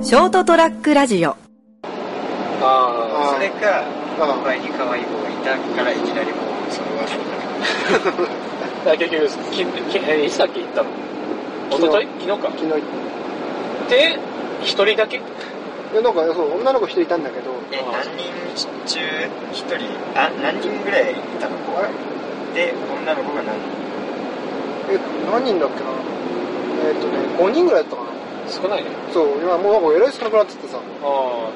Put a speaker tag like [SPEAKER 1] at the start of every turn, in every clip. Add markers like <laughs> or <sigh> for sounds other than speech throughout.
[SPEAKER 1] ショートトラックラジオ
[SPEAKER 2] あ
[SPEAKER 3] それか
[SPEAKER 2] あ
[SPEAKER 3] 前に可愛い子がいたからいきなりもうそれはそう
[SPEAKER 4] だ
[SPEAKER 3] だ
[SPEAKER 4] から結局ききえいつだっけ行ったの一昨日昨日か
[SPEAKER 2] 昨日
[SPEAKER 4] で一人だけ
[SPEAKER 2] でなんかそう女の子一人いたんだけど
[SPEAKER 3] けど何人中一人あ何人ぐらいいたの子
[SPEAKER 2] あれ
[SPEAKER 3] で女の子が何人
[SPEAKER 2] え何人だっけなえっとね5人ぐらいだったか
[SPEAKER 4] 少ないね
[SPEAKER 2] なそう今もうなんかえらい少なくなってってさ
[SPEAKER 4] あ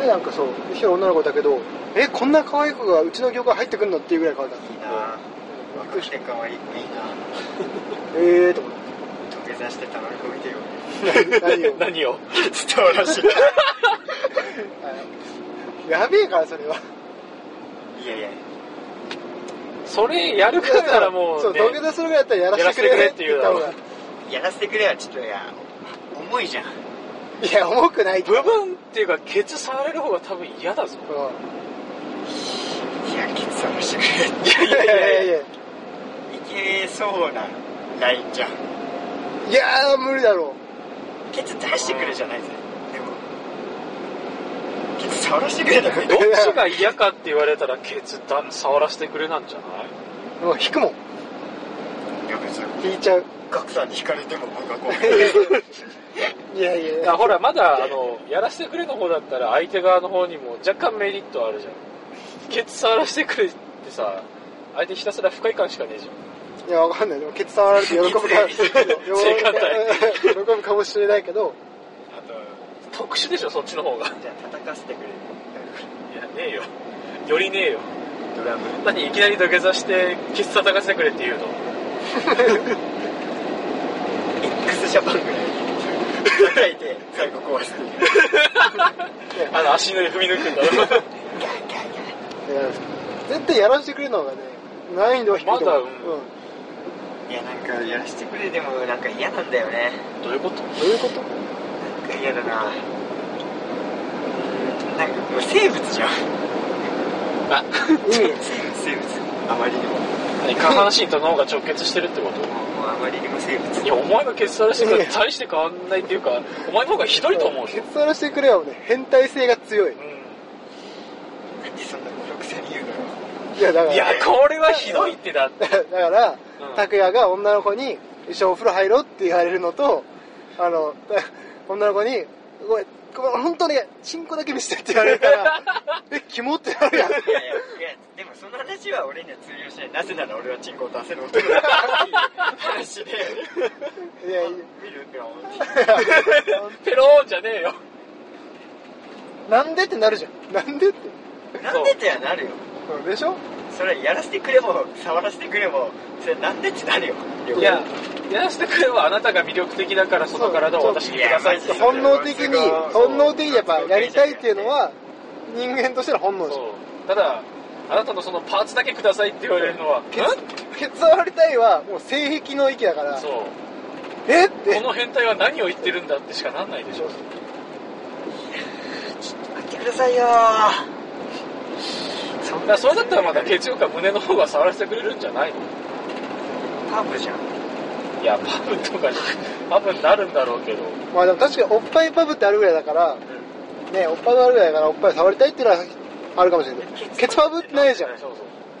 [SPEAKER 2] でなんかそう一人女の子だけどえこんな可愛い子がうちの業界入ってくんのっていうぐらい可愛かっ
[SPEAKER 3] いいな若くて可愛い子いいな
[SPEAKER 2] たええー、と <laughs> 思っ
[SPEAKER 3] 土下座してたのに見てよ
[SPEAKER 2] て何
[SPEAKER 4] あ
[SPEAKER 2] を
[SPEAKER 4] 何を
[SPEAKER 3] 伝わらしい
[SPEAKER 2] やべえからそれはい
[SPEAKER 3] やいや
[SPEAKER 4] それやるからならも
[SPEAKER 2] <laughs> そうう
[SPEAKER 4] ね
[SPEAKER 2] 土下座するぐらいだったらやらせてくれって言った方が
[SPEAKER 3] やらせてくれよちょっといや重いじゃん
[SPEAKER 2] いや重くないと
[SPEAKER 4] 部分っていうかケツ触れる方が多分嫌だぞ
[SPEAKER 2] うん
[SPEAKER 3] いやきつさもしてくれ
[SPEAKER 2] いやいやいやい
[SPEAKER 3] いけそうなラインじゃん
[SPEAKER 2] やいやー無理だろ
[SPEAKER 3] ケツ出してくれじゃないぜでもケツ触らせてくれだから
[SPEAKER 4] どっちが嫌かって言われたらケツだ触らせてくれなんじゃないう
[SPEAKER 2] もう引くもん
[SPEAKER 3] いや別に
[SPEAKER 2] 引いちゃう
[SPEAKER 3] ガクさんに惹かれても僕はこう
[SPEAKER 2] いやいやい
[SPEAKER 4] あ
[SPEAKER 2] や
[SPEAKER 4] ほらまだあのやらせてくれの方だったら相手側の方にも若干メリットあるじゃんケツ触らせてくれってさ相手ひたすら不快感しかねえじゃん
[SPEAKER 2] いやわかんないでもケツ触られて喜ぶか
[SPEAKER 4] 正反対
[SPEAKER 2] 喜ぶかもしれないけど
[SPEAKER 3] あと
[SPEAKER 4] 特殊でしょそっちの方がい
[SPEAKER 3] じゃあ叩かせてくれる
[SPEAKER 4] やねえよよりねえよ
[SPEAKER 3] ドラム
[SPEAKER 4] 何いきなり土下座してケツ叩かせてくれって言うの
[SPEAKER 3] X ジャパンぐらい叩いて最後壊す
[SPEAKER 4] あの足の踏み抜くんだろ
[SPEAKER 2] いや絶対やらせてくれるのがね難易度は低いと思う、
[SPEAKER 4] まだ
[SPEAKER 2] うん
[SPEAKER 3] いやなんかやらせてくれでもなんか嫌なんだよね
[SPEAKER 4] <laughs> どういうこと
[SPEAKER 2] どういうこと
[SPEAKER 3] なんか嫌だななんかもう生物じゃん
[SPEAKER 4] あ
[SPEAKER 2] 意味が
[SPEAKER 3] 生物あまりにもも
[SPEAKER 4] 何下半身と脳が直結してるってこと
[SPEAKER 3] うあまりにも生物
[SPEAKER 4] いやお前がケツ触らせてくれ大して変わんないっていうかお前の方がひどいと思う
[SPEAKER 2] ケ
[SPEAKER 4] よ
[SPEAKER 2] ツ触らせてくれよね変態性が強い
[SPEAKER 3] なんでそんなことくせに言うのよ
[SPEAKER 2] いやだ
[SPEAKER 4] う
[SPEAKER 2] か
[SPEAKER 4] んいや
[SPEAKER 2] ら
[SPEAKER 4] これはひどいってだって
[SPEAKER 2] <laughs> だから
[SPEAKER 4] うん
[SPEAKER 2] 拓也、が女の子に「一緒にお風呂入ろう」って言われるのとあの <laughs> た女の子に「ごめんごめん本当ねチンコだけ見せて」って言われるから <laughs> えキモってなるやん
[SPEAKER 3] いやいやいやでもその話は俺には通用しないなぜなら俺はチンコを出せる男だっていう話で
[SPEAKER 2] いやいや
[SPEAKER 3] 見るって思う
[SPEAKER 4] ペローンじゃねえよ
[SPEAKER 2] なんでってなるじゃんなんでって
[SPEAKER 3] なんでってはなるよ
[SPEAKER 2] うんでしょ
[SPEAKER 3] それはやらせてくれも触らせてくれもそれなんでってなるよ
[SPEAKER 4] いや、やらせてくれはあなたが魅力的だからその体を私にくださいって
[SPEAKER 3] そう
[SPEAKER 2] 本能的に
[SPEAKER 3] そう
[SPEAKER 2] 本能的にやっぱやりたいっていうのは人間としての本能じゃん
[SPEAKER 4] そうただあなたのそのパーツだけくださいって言われるのは
[SPEAKER 2] ケツケツ触りたいはもう性癖の域だか
[SPEAKER 4] ん
[SPEAKER 2] ら
[SPEAKER 4] そう
[SPEAKER 2] えって
[SPEAKER 4] この変態は何を言ってるんだってしかなんないでしょ
[SPEAKER 3] 待ってくださいよそ
[SPEAKER 4] だ
[SPEAKER 3] ん
[SPEAKER 4] からそれだったらまだ
[SPEAKER 3] 結
[SPEAKER 4] ケチよか胸の方が触らせてくれるんじゃないの
[SPEAKER 3] 構パブじゃん
[SPEAKER 4] いやパブとかに <laughs> パブになるんだろうけど
[SPEAKER 2] まあでも確かにおっぱいパブってあるぐらいだから、ねおっぱいがあるぐらいだからおっぱい触りたいっていうのはあるかもしれないケツパブってないじゃんい
[SPEAKER 4] そう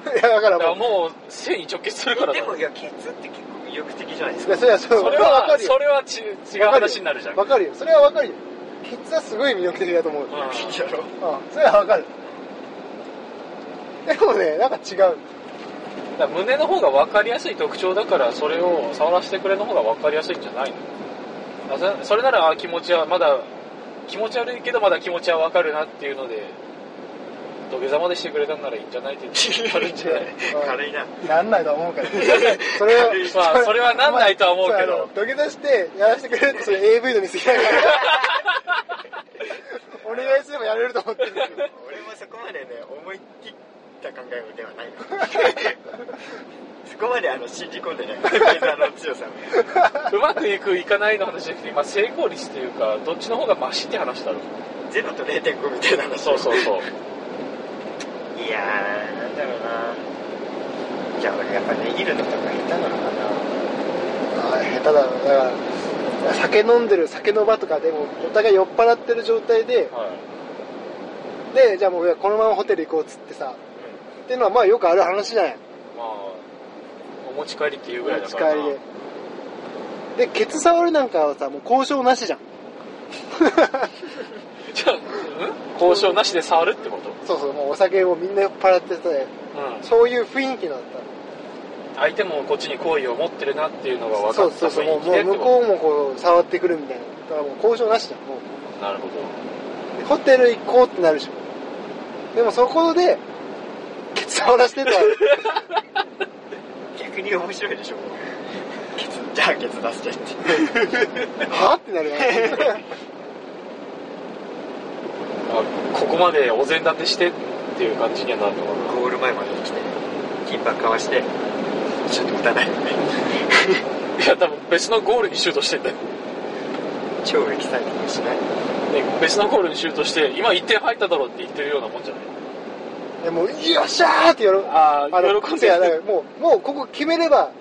[SPEAKER 4] そう
[SPEAKER 2] やだか
[SPEAKER 4] だ
[SPEAKER 2] ら
[SPEAKER 4] から
[SPEAKER 2] も
[SPEAKER 4] もう性に直結するから
[SPEAKER 3] で
[SPEAKER 4] だ
[SPEAKER 3] もいやケツって結構魅力的じゃないです
[SPEAKER 2] ういやそれ
[SPEAKER 3] か
[SPEAKER 2] はそ
[SPEAKER 4] それ
[SPEAKER 2] わか
[SPEAKER 4] は
[SPEAKER 2] るよ
[SPEAKER 4] それはち違う話になるじゃん
[SPEAKER 2] わかるよそれはわかるよケツはすごい魅力的だと思う、うん、
[SPEAKER 4] うん
[SPEAKER 3] やろ
[SPEAKER 2] それはわかるでもねなんか違う
[SPEAKER 4] だから胸の方が分かりやすい特徴だからそれを触らせてくれの方が分かりやすいんじゃないのあそそれならあ気持ちはまだ気持ち悪いけどまだ気持ちは分かるなっていうので土下座までしてくれたんならいいんじゃないって言るんじゃない
[SPEAKER 3] 軽いな
[SPEAKER 2] なんないとは思
[SPEAKER 4] <laughs>
[SPEAKER 2] うけどそれは
[SPEAKER 4] まあそれはなんないとは思うけど
[SPEAKER 2] そうあの土下座してやらせてくれるってそれ AV の見過ぎだ
[SPEAKER 4] <laughs>
[SPEAKER 2] からお願いすればやれると思ってるんだけど
[SPEAKER 3] 俺もそこまでね思い切った考えではない <laughs> のそこまであの信じ込ん <laughs> でない膝の強さ
[SPEAKER 4] <laughs>
[SPEAKER 3] を
[SPEAKER 4] うまくいくいかないの話じゃなくて今成功率というかどっちの方がマシって話だろ
[SPEAKER 3] ゼロと0.5みたいなの
[SPEAKER 4] そうそうそう
[SPEAKER 3] いやーなんだろうなじゃあ俺やっぱねぎるのとか下手なのかな
[SPEAKER 2] ああ下手だなだから酒飲んでる酒の場とかでもお互い酔っ払ってる状態で
[SPEAKER 4] はい
[SPEAKER 2] でじゃあもういやこのままホテル行こうっつってさっていうのはまあよくある話じゃない
[SPEAKER 4] まあお持ち帰りっていう
[SPEAKER 2] お
[SPEAKER 4] ぐらいだ
[SPEAKER 2] 持
[SPEAKER 4] か
[SPEAKER 2] ち
[SPEAKER 4] ら
[SPEAKER 2] 帰りででケツ触るなんかはさもう交渉な
[SPEAKER 4] <laughs>
[SPEAKER 2] しじゃん
[SPEAKER 4] りでじゃあ、うん、交渉なしで触るってこと
[SPEAKER 2] そうそうもうお酒をみんな酔っ払ってて
[SPEAKER 4] うん
[SPEAKER 2] そういう雰囲気だった
[SPEAKER 4] 相手もこっちに好意を持ってるなっていうのが分か
[SPEAKER 2] そう
[SPEAKER 4] っ
[SPEAKER 2] そ
[SPEAKER 4] た
[SPEAKER 2] うそう
[SPEAKER 4] 雰
[SPEAKER 2] もう
[SPEAKER 4] 囲気でって
[SPEAKER 2] もう向
[SPEAKER 4] こ
[SPEAKER 2] こうもこう触ってくるみたいなだからもう交渉なしじゃんもう
[SPEAKER 4] となるほど
[SPEAKER 2] でホテル行こうってなるでしょでもそこでケツ触らしてたら
[SPEAKER 3] 逆に面白いでしょケツじゃあケツ出してって
[SPEAKER 2] はってなるよね
[SPEAKER 4] あここまでお膳立てしてっていう感じにはなるのか
[SPEAKER 3] ゴール前まで来てキーパーかわしてちょっと打たない
[SPEAKER 4] ないや多分別のゴールにシュートしてんだよ、
[SPEAKER 3] 超エキサイティングしない
[SPEAKER 4] ね、別のゴールにシュートして今1点入っただろうって言ってるようなもんじゃない
[SPEAKER 2] でもうよっしゃーって喜ぶ
[SPEAKER 4] あ
[SPEAKER 2] あの
[SPEAKER 4] あ喜んで
[SPEAKER 2] や
[SPEAKER 4] や
[SPEAKER 2] だか
[SPEAKER 4] る
[SPEAKER 2] らもうもうここ決めれば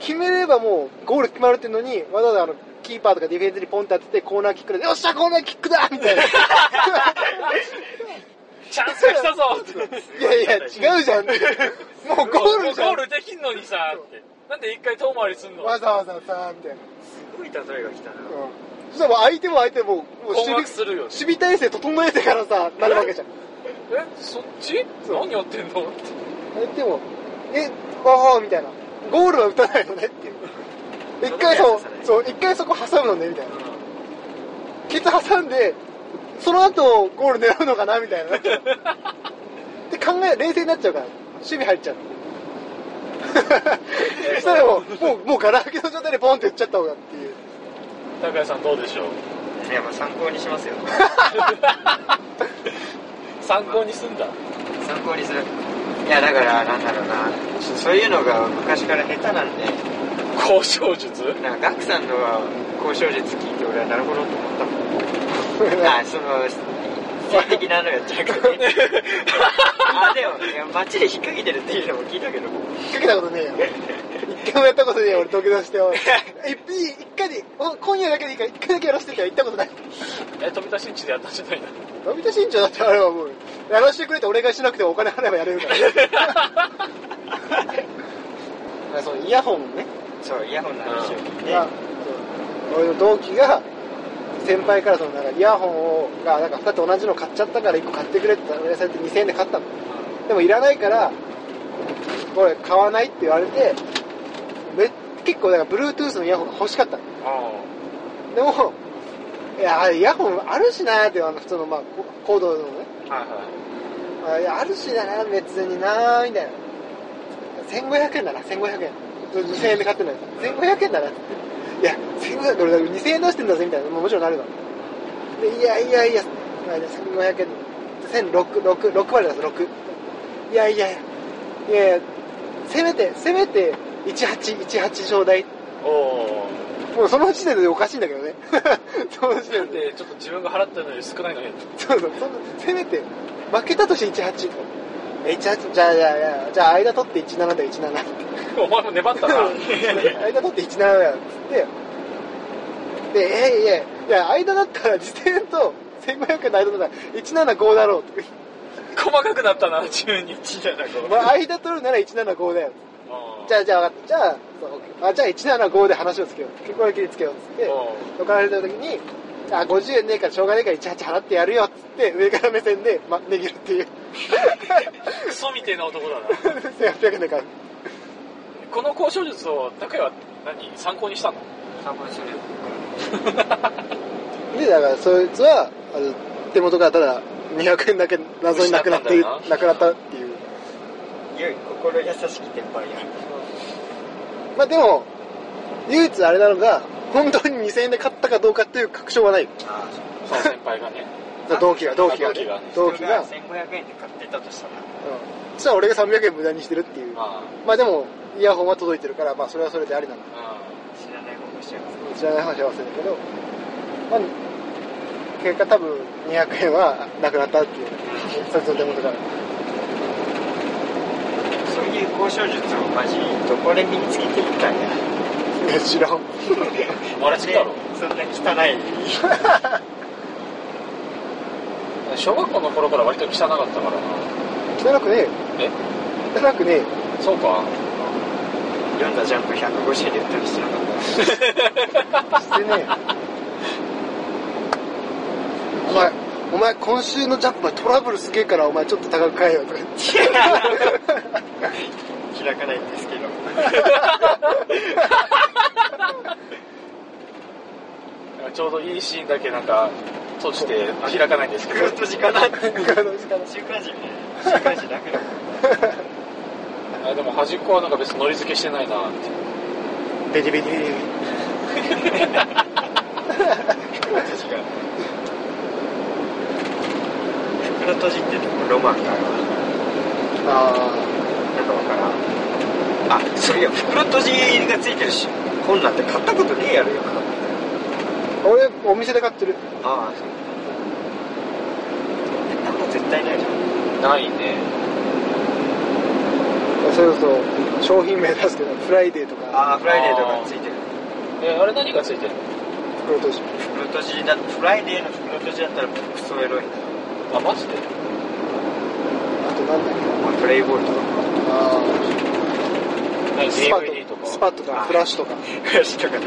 [SPEAKER 2] 決めればもうゴール決まるってのにわざわざあのキーパーとかディフェンスにポンって当ててコーナーキックでよっしゃコーナーキックだみたい <laughs> な
[SPEAKER 4] チャンスが来たぞって
[SPEAKER 2] いやいや違うじゃんもうゴールじゃ
[SPEAKER 4] ゴ
[SPEAKER 2] ん
[SPEAKER 4] ールできんのにさってなんで一回遠回りすんの
[SPEAKER 2] わざわざさみたいな、
[SPEAKER 3] すごい例えが来たな
[SPEAKER 2] うん、そしたらもう相手も相手ももう
[SPEAKER 4] 困
[SPEAKER 2] 守
[SPEAKER 4] 惑
[SPEAKER 2] 備
[SPEAKER 4] するよね
[SPEAKER 2] 守備体制整えてからさなるわけじゃん
[SPEAKER 4] えそっち
[SPEAKER 2] そう
[SPEAKER 4] 何やってんのって
[SPEAKER 2] えでもえああみたいなゴールは打たないのねっていう一回そうそう一回そこ挟むのねみたいなケツ挟んでその後ゴール狙うのかなみたいなで考え冷静になっちゃうから守備入っちゃうそしたらもうもうもうガラ空きの状態でポンって打っちゃった方がっていう
[SPEAKER 4] 高谷さんどうでしょう
[SPEAKER 3] いやまあ参考にし <laughs> ますよ
[SPEAKER 4] 参考にすんだ
[SPEAKER 3] 参考にするいやだからなんだろうなそういうのが昔から下手なんで
[SPEAKER 4] 交渉術
[SPEAKER 3] なんかガクさんのは交渉術聞いて俺はなるほどと思ったもんあその性的なのやっちゃうからねあでもいや街で引っ掛けてるっていうのも聞いたけど
[SPEAKER 2] かけたことねえよ一回もやったことねえよ俺土下座してよ一一回でお今夜だけでいいから一回だけやらせてって言ったことない
[SPEAKER 4] え富田新地でやったんじゃないの
[SPEAKER 2] のび太新潮だってあれはもうやらしてくれってお願いしなくてもお金払えばやれるから <laughs> あそうイヤホンね
[SPEAKER 3] そうイヤホンの話を聞いて
[SPEAKER 2] がそう俺の同期が先輩からそのなんかイヤホンをがなんか2つ同じの買っちゃったから1個買ってくれって頼されて2000円で買ったのでもいらないからこれ買わないって言われてめ結構だから Bluetooth のイヤホンが欲しかったの
[SPEAKER 4] あ
[SPEAKER 2] でもいやイヤホンあるしなーってあの普通のまあココードのね
[SPEAKER 4] あはいは
[SPEAKER 2] あいやあるしな別になみたいな1500円だな1500円2000円で買ってない1500円だなっていや1500円俺だから2000円出してんだぜみたいなもうもちろんなるのでいやいやいやまあね1500円1066割だぞ6いやいやいやいやせめてせめて1818ちょうだい
[SPEAKER 4] いお
[SPEAKER 2] もうその時点でおかしいんだけどね <laughs> その時
[SPEAKER 4] お
[SPEAKER 2] 点で
[SPEAKER 4] でちょっと自分が払ったのより少ないのに
[SPEAKER 2] そうそうそのせめて負けたとして18とか18じゃあじゃあじゃあじゃあ間取って17だよ17
[SPEAKER 4] <laughs>
[SPEAKER 2] <laughs>
[SPEAKER 4] お前も粘った <laughs> な
[SPEAKER 2] 間取って17だよっつってで「えいえいや間だったら自転と1500円の間だったら175だろう」とか
[SPEAKER 4] 細かくなったな急に
[SPEAKER 3] ちっちゃ
[SPEAKER 2] 「
[SPEAKER 3] な
[SPEAKER 2] お
[SPEAKER 3] 子
[SPEAKER 2] 前間取るなら175だよ」じゃあじゃあ分かったじゃあそうあじゃあ175で話をつけようこれ切りつけようっつって
[SPEAKER 4] おう
[SPEAKER 2] お金入れた時に「あ50円ねえからしょうがねえから18払ってやるよ」っつって上から目線で、ま、値切るっていう <laughs>
[SPEAKER 4] クソみてえな男だな
[SPEAKER 2] 1800円だから
[SPEAKER 4] この交渉術を高谷は何参考にしたの
[SPEAKER 3] 参考にする
[SPEAKER 2] でだからそいつはあの手元からただ200円だけ謎になくなっている
[SPEAKER 4] 失
[SPEAKER 2] なくなったっていう
[SPEAKER 3] ゆい心優しき先輩や
[SPEAKER 2] まあでも唯一あれなのが本当に2000円で買ったかどうかっていう確証はない
[SPEAKER 3] あ
[SPEAKER 4] その先輩がね
[SPEAKER 3] あ
[SPEAKER 2] 同期が同期が
[SPEAKER 4] 同期がね
[SPEAKER 2] 同期が、うん、
[SPEAKER 3] 1500円で買ってたとしたら
[SPEAKER 2] そしたら俺が300円無駄にしてるっていう
[SPEAKER 4] ま
[SPEAKER 2] まあでもイヤホンは届いてるからまあそれはそれでありなの
[SPEAKER 4] あ
[SPEAKER 3] 知らない方が幸せ
[SPEAKER 2] 知らない話は忘れたけど、まあ、結果多分200円はなくなったっていうそいつの手元から
[SPEAKER 3] そういう交渉術をマジどこで身につけていったんや
[SPEAKER 2] いや知らん
[SPEAKER 4] うん友達だろ
[SPEAKER 3] でそんなに汚い。
[SPEAKER 4] 小学校の頃から割と汚かったからな
[SPEAKER 2] 汚くねえよ
[SPEAKER 4] え
[SPEAKER 2] 汚くねえよ
[SPEAKER 4] そうか
[SPEAKER 3] 読んだジャンプ150で売ったりしてなかった。
[SPEAKER 2] してねえよお前お前今週のジャンプはトラブルすげえからお前ちょっと高く買えよとか言って
[SPEAKER 3] 開かないんですけど。
[SPEAKER 4] ちょうどいいシーンだけなんか閉じて開かないんですけど
[SPEAKER 3] ずっと時間だって。
[SPEAKER 2] あ
[SPEAKER 3] 週刊誌ね。週刊誌楽だもん。
[SPEAKER 4] あでも端っこはなんか別にのり付けしてないなって
[SPEAKER 2] ベリベリベリ
[SPEAKER 3] 袋閉じが。袋閉じってとこロマンがあるわ。
[SPEAKER 2] あ
[SPEAKER 3] なんかわからん。あ、そういや、袋閉じがついてるし、本なんて買ったことねえやろよ。
[SPEAKER 2] あ俺お店で買ってる
[SPEAKER 3] ああ、そう。なんか絶対ないじゃん。
[SPEAKER 4] ないね
[SPEAKER 2] それこそ商品名出すけどフライデーとか
[SPEAKER 3] ああ、フライデーとかついてる。
[SPEAKER 4] えあれ何がついてる
[SPEAKER 2] 袋閉じ
[SPEAKER 3] 袋閉じだフライデーの袋閉じだったらクソエロいな。
[SPEAKER 4] のあマジで
[SPEAKER 2] あとなんだっけ
[SPEAKER 3] まあプレイボールとか
[SPEAKER 2] あ
[SPEAKER 4] 何
[SPEAKER 2] あスパ
[SPEAKER 4] DVD とか
[SPEAKER 2] とかスパとかフラッシュとか
[SPEAKER 3] フラッシュとかね。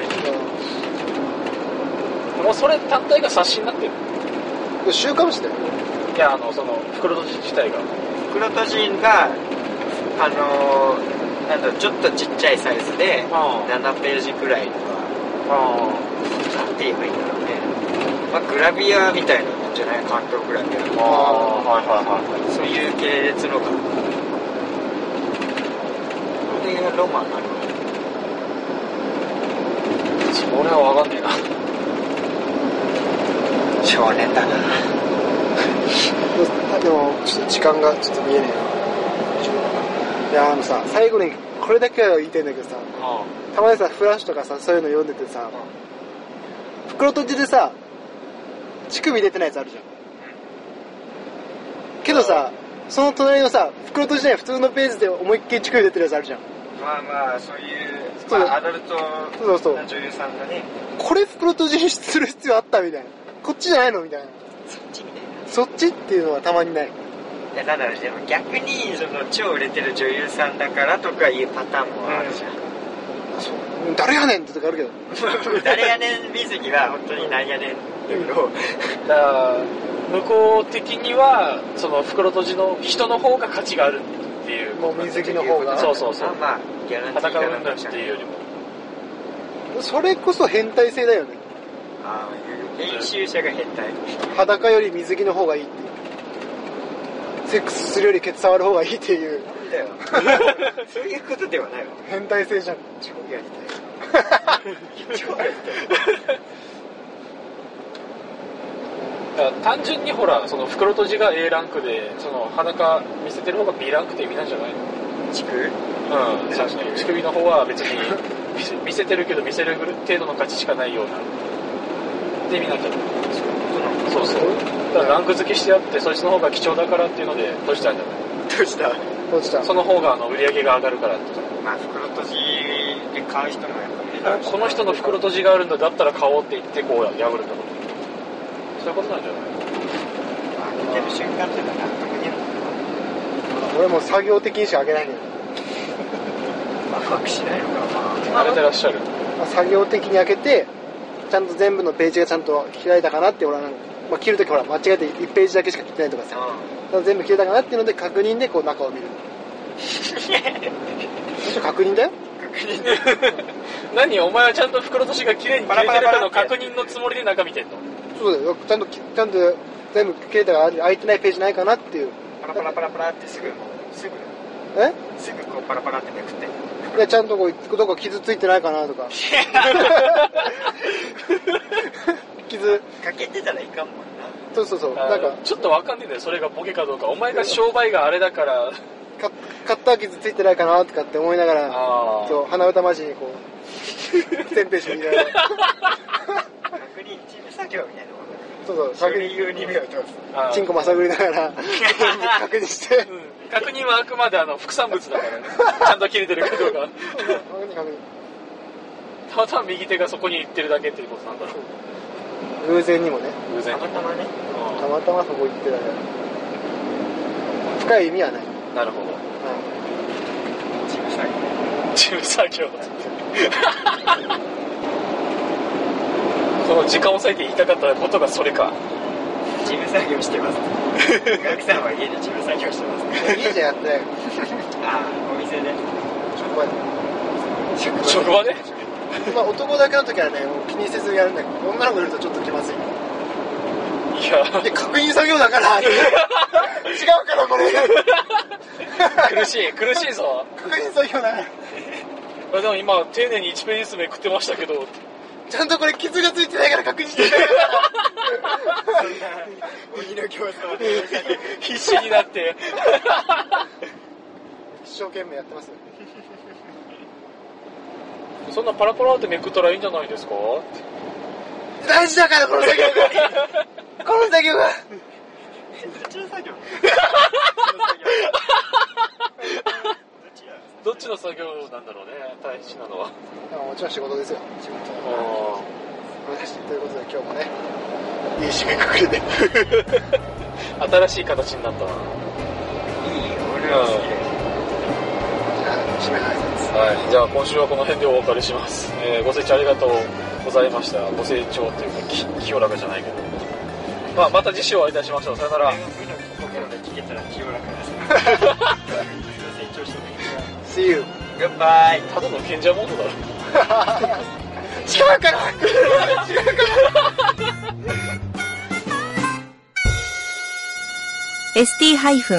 [SPEAKER 4] もうそれ単体が冊子になってる
[SPEAKER 2] うん週刊誌だよ
[SPEAKER 4] いやあのその袋閉じ自体が
[SPEAKER 3] <laughs> 袋閉じが、あのー、なんだろう、ちょっとちっちゃいサイズで、
[SPEAKER 4] あ
[SPEAKER 3] 7ページくらいとか、
[SPEAKER 4] あ
[SPEAKER 3] なんて言えばいいんだろうね。まあ、グラビアみたいなもんじゃない関東グラビア
[SPEAKER 4] ああはいはいはい
[SPEAKER 3] そういう系列のが。これがロマンある。
[SPEAKER 4] それは分かんねえな
[SPEAKER 3] 少年だな。
[SPEAKER 2] でもちょっと時間がちょっと見えねえないやあのさ最後にこれだけは言いたいんだけどさ
[SPEAKER 4] あ
[SPEAKER 2] たまにさフラッシュとかさそういうの読んでてさ袋閉じでさ乳首出てないやつあるじゃんけどさその隣のさ袋閉じじゃない普通のページで思いっきり乳首出てるやつあるじゃん
[SPEAKER 3] まあまあ、そういう、
[SPEAKER 2] そう
[SPEAKER 3] まあ、アダルト
[SPEAKER 2] そうそう
[SPEAKER 3] な女優さんがね、
[SPEAKER 2] これ袋閉じにする必要あったみたいなこっちじゃないのみたいな
[SPEAKER 3] そっちみたいな。
[SPEAKER 2] そっちっていうのはたまにない
[SPEAKER 3] いやなんだろうでも逆にその超売れてる女優さんだからとかいうパターンもあるじゃん、
[SPEAKER 2] 誰やねんってとかあるけど
[SPEAKER 3] 誰やねん水着は本当になんやねんっていうのを
[SPEAKER 4] だから向こう的にはその袋閉じの人の方が価値があるっていう
[SPEAKER 2] もう水着の方が
[SPEAKER 4] そうそうそう
[SPEAKER 3] まあまあギャランティー
[SPEAKER 4] 戦
[SPEAKER 3] か
[SPEAKER 4] う
[SPEAKER 3] なんん
[SPEAKER 4] だ
[SPEAKER 3] か
[SPEAKER 4] っ
[SPEAKER 3] じゃん
[SPEAKER 4] ていうよりも
[SPEAKER 2] それこそ変態性だよね
[SPEAKER 3] ああいう編集者が変態
[SPEAKER 2] 裸より水着の方がいいっていうセックスするよりケツ触る方がいいっていう
[SPEAKER 3] なんだよ <laughs> そういうことではないわ
[SPEAKER 2] 変態性じゃん
[SPEAKER 3] 超やりたい超やり
[SPEAKER 4] だから単純にほらその袋閉じが A ランクでその裸見せてる方が B ランクって意味なんじゃないの
[SPEAKER 3] たい地区
[SPEAKER 4] うん最初に乳首の方は別に <laughs> 見せ見せてるけど見せる程度の価値しかないようなって意味なんじゃないそうそうだからランク付けしてあってそいつの方が貴重だからっていうので閉じたんじゃない
[SPEAKER 3] どうした
[SPEAKER 2] 落ちた
[SPEAKER 4] その方があの売り上げが上がるからって
[SPEAKER 3] まあ袋閉じで買う人もやっぱりいるだろうし
[SPEAKER 4] この人の袋閉じがあるんだだったら買おうって言ってこう破るんだろうそういうことなんじゃない
[SPEAKER 3] まあ開けてる瞬間っていうのは納得に
[SPEAKER 2] 俺もう作業的にしか開けないけど、
[SPEAKER 3] ワクワクしないのかまあ
[SPEAKER 4] 慣れてらっしゃる
[SPEAKER 2] まあ、作業的に開けてちゃんと全部のページがちゃんと開いたかなって俺はなんか、まあ、切るときほら間違えて1ページだけしか切ってないとかさ全部切れたかなっていうので確認でこう中を見る一応確認だよ
[SPEAKER 3] 確認
[SPEAKER 4] 何お前はちゃんと袋閉じが綺麗に切れてるかの確認のつもりで中見てんの
[SPEAKER 2] そうだよちゃんときちゃんと全部切れたから開いてないページないかなっていう
[SPEAKER 3] パラパラパラパラってすぐもうすぐ
[SPEAKER 2] え
[SPEAKER 3] すぐこうパラパラってめくって
[SPEAKER 2] でちゃんとこうどこ傷ついてないかなとか傷
[SPEAKER 3] かけてたらいかんもんな
[SPEAKER 2] そうそうそう <laughs> なんか
[SPEAKER 4] ちょっとわかんねえんだよそれがボケかどうかお前が商売があれだから
[SPEAKER 2] カカッター傷ついてないかなとかって思いながら
[SPEAKER 4] あ
[SPEAKER 2] そう鼻歌まじにこう全ページ見ながら
[SPEAKER 3] 確認チーム作業みたいなもんだ
[SPEAKER 2] そうそう
[SPEAKER 3] そ
[SPEAKER 2] 確
[SPEAKER 3] れ
[SPEAKER 2] 認
[SPEAKER 3] 用に目を通す
[SPEAKER 4] あ
[SPEAKER 2] チンコまさぐりながら全部確認して
[SPEAKER 4] うん確認はあ
[SPEAKER 2] <laughs>
[SPEAKER 4] くまであの副産物だからねちゃんと切れてるかどうか
[SPEAKER 2] 確認確認
[SPEAKER 4] たまたま右手がそこに行ってるだけっていうことなんだろ
[SPEAKER 2] 偶然にもね
[SPEAKER 4] う偶然
[SPEAKER 3] た
[SPEAKER 4] に
[SPEAKER 3] またまね
[SPEAKER 2] たまたまそこ行ってたから深い意味はない、
[SPEAKER 4] うんなるほど
[SPEAKER 2] う
[SPEAKER 3] チーム作業
[SPEAKER 4] 事務作業 <laughs> この時間を割いて言いたかったことがそれか
[SPEAKER 3] チーム作業してます学さんは家でチーム作業してます
[SPEAKER 2] ん、家じゃやってないよ
[SPEAKER 3] ああお店で
[SPEAKER 2] 職場で
[SPEAKER 3] 職
[SPEAKER 4] 職場で
[SPEAKER 2] まあ男だけの時はねもう気にせずやるんだけど女の子いるとちょっと気まずい
[SPEAKER 4] いや
[SPEAKER 2] で確認作業だから違うからこれ
[SPEAKER 4] <laughs> 苦しい苦しいぞ
[SPEAKER 2] 確認作業だから
[SPEAKER 4] あでも今丁寧に1ページずつめくってましたけど <laughs>
[SPEAKER 2] ちゃんとこれ傷がついてないから確認してない
[SPEAKER 3] 鬼の競争
[SPEAKER 4] 必死にな <laughs> って
[SPEAKER 2] 一生懸命やってますよ
[SPEAKER 4] そんなパラパラってめくったらいいんじゃないですか
[SPEAKER 2] 大事だからこの <laughs> 作業がこの作業が
[SPEAKER 3] チの作業どっちや
[SPEAKER 4] どっちの作業なんだろうね大事なのは
[SPEAKER 2] まあもちろん仕事ですよ仕事ということで今日もねいい締めくくりで
[SPEAKER 4] 新しい形になったなはい
[SPEAKER 3] <laughs> いい俺は好きだよ
[SPEAKER 2] 締めの挨拶
[SPEAKER 4] いじゃあ今週はこの辺でお別れします、えーご清聴ありがとうございましたご清聴というかき清らかじゃないけど、まあ、また次週お会いいたしましょうさよなら
[SPEAKER 3] 俺の部のところで聞けたら清らか <laughs> です成長してな
[SPEAKER 2] See you
[SPEAKER 3] いグッバイ
[SPEAKER 4] ただの賢者モードだろ
[SPEAKER 2] 違うから違うから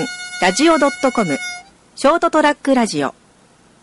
[SPEAKER 1] ST-radio.com ショートトラックラジオ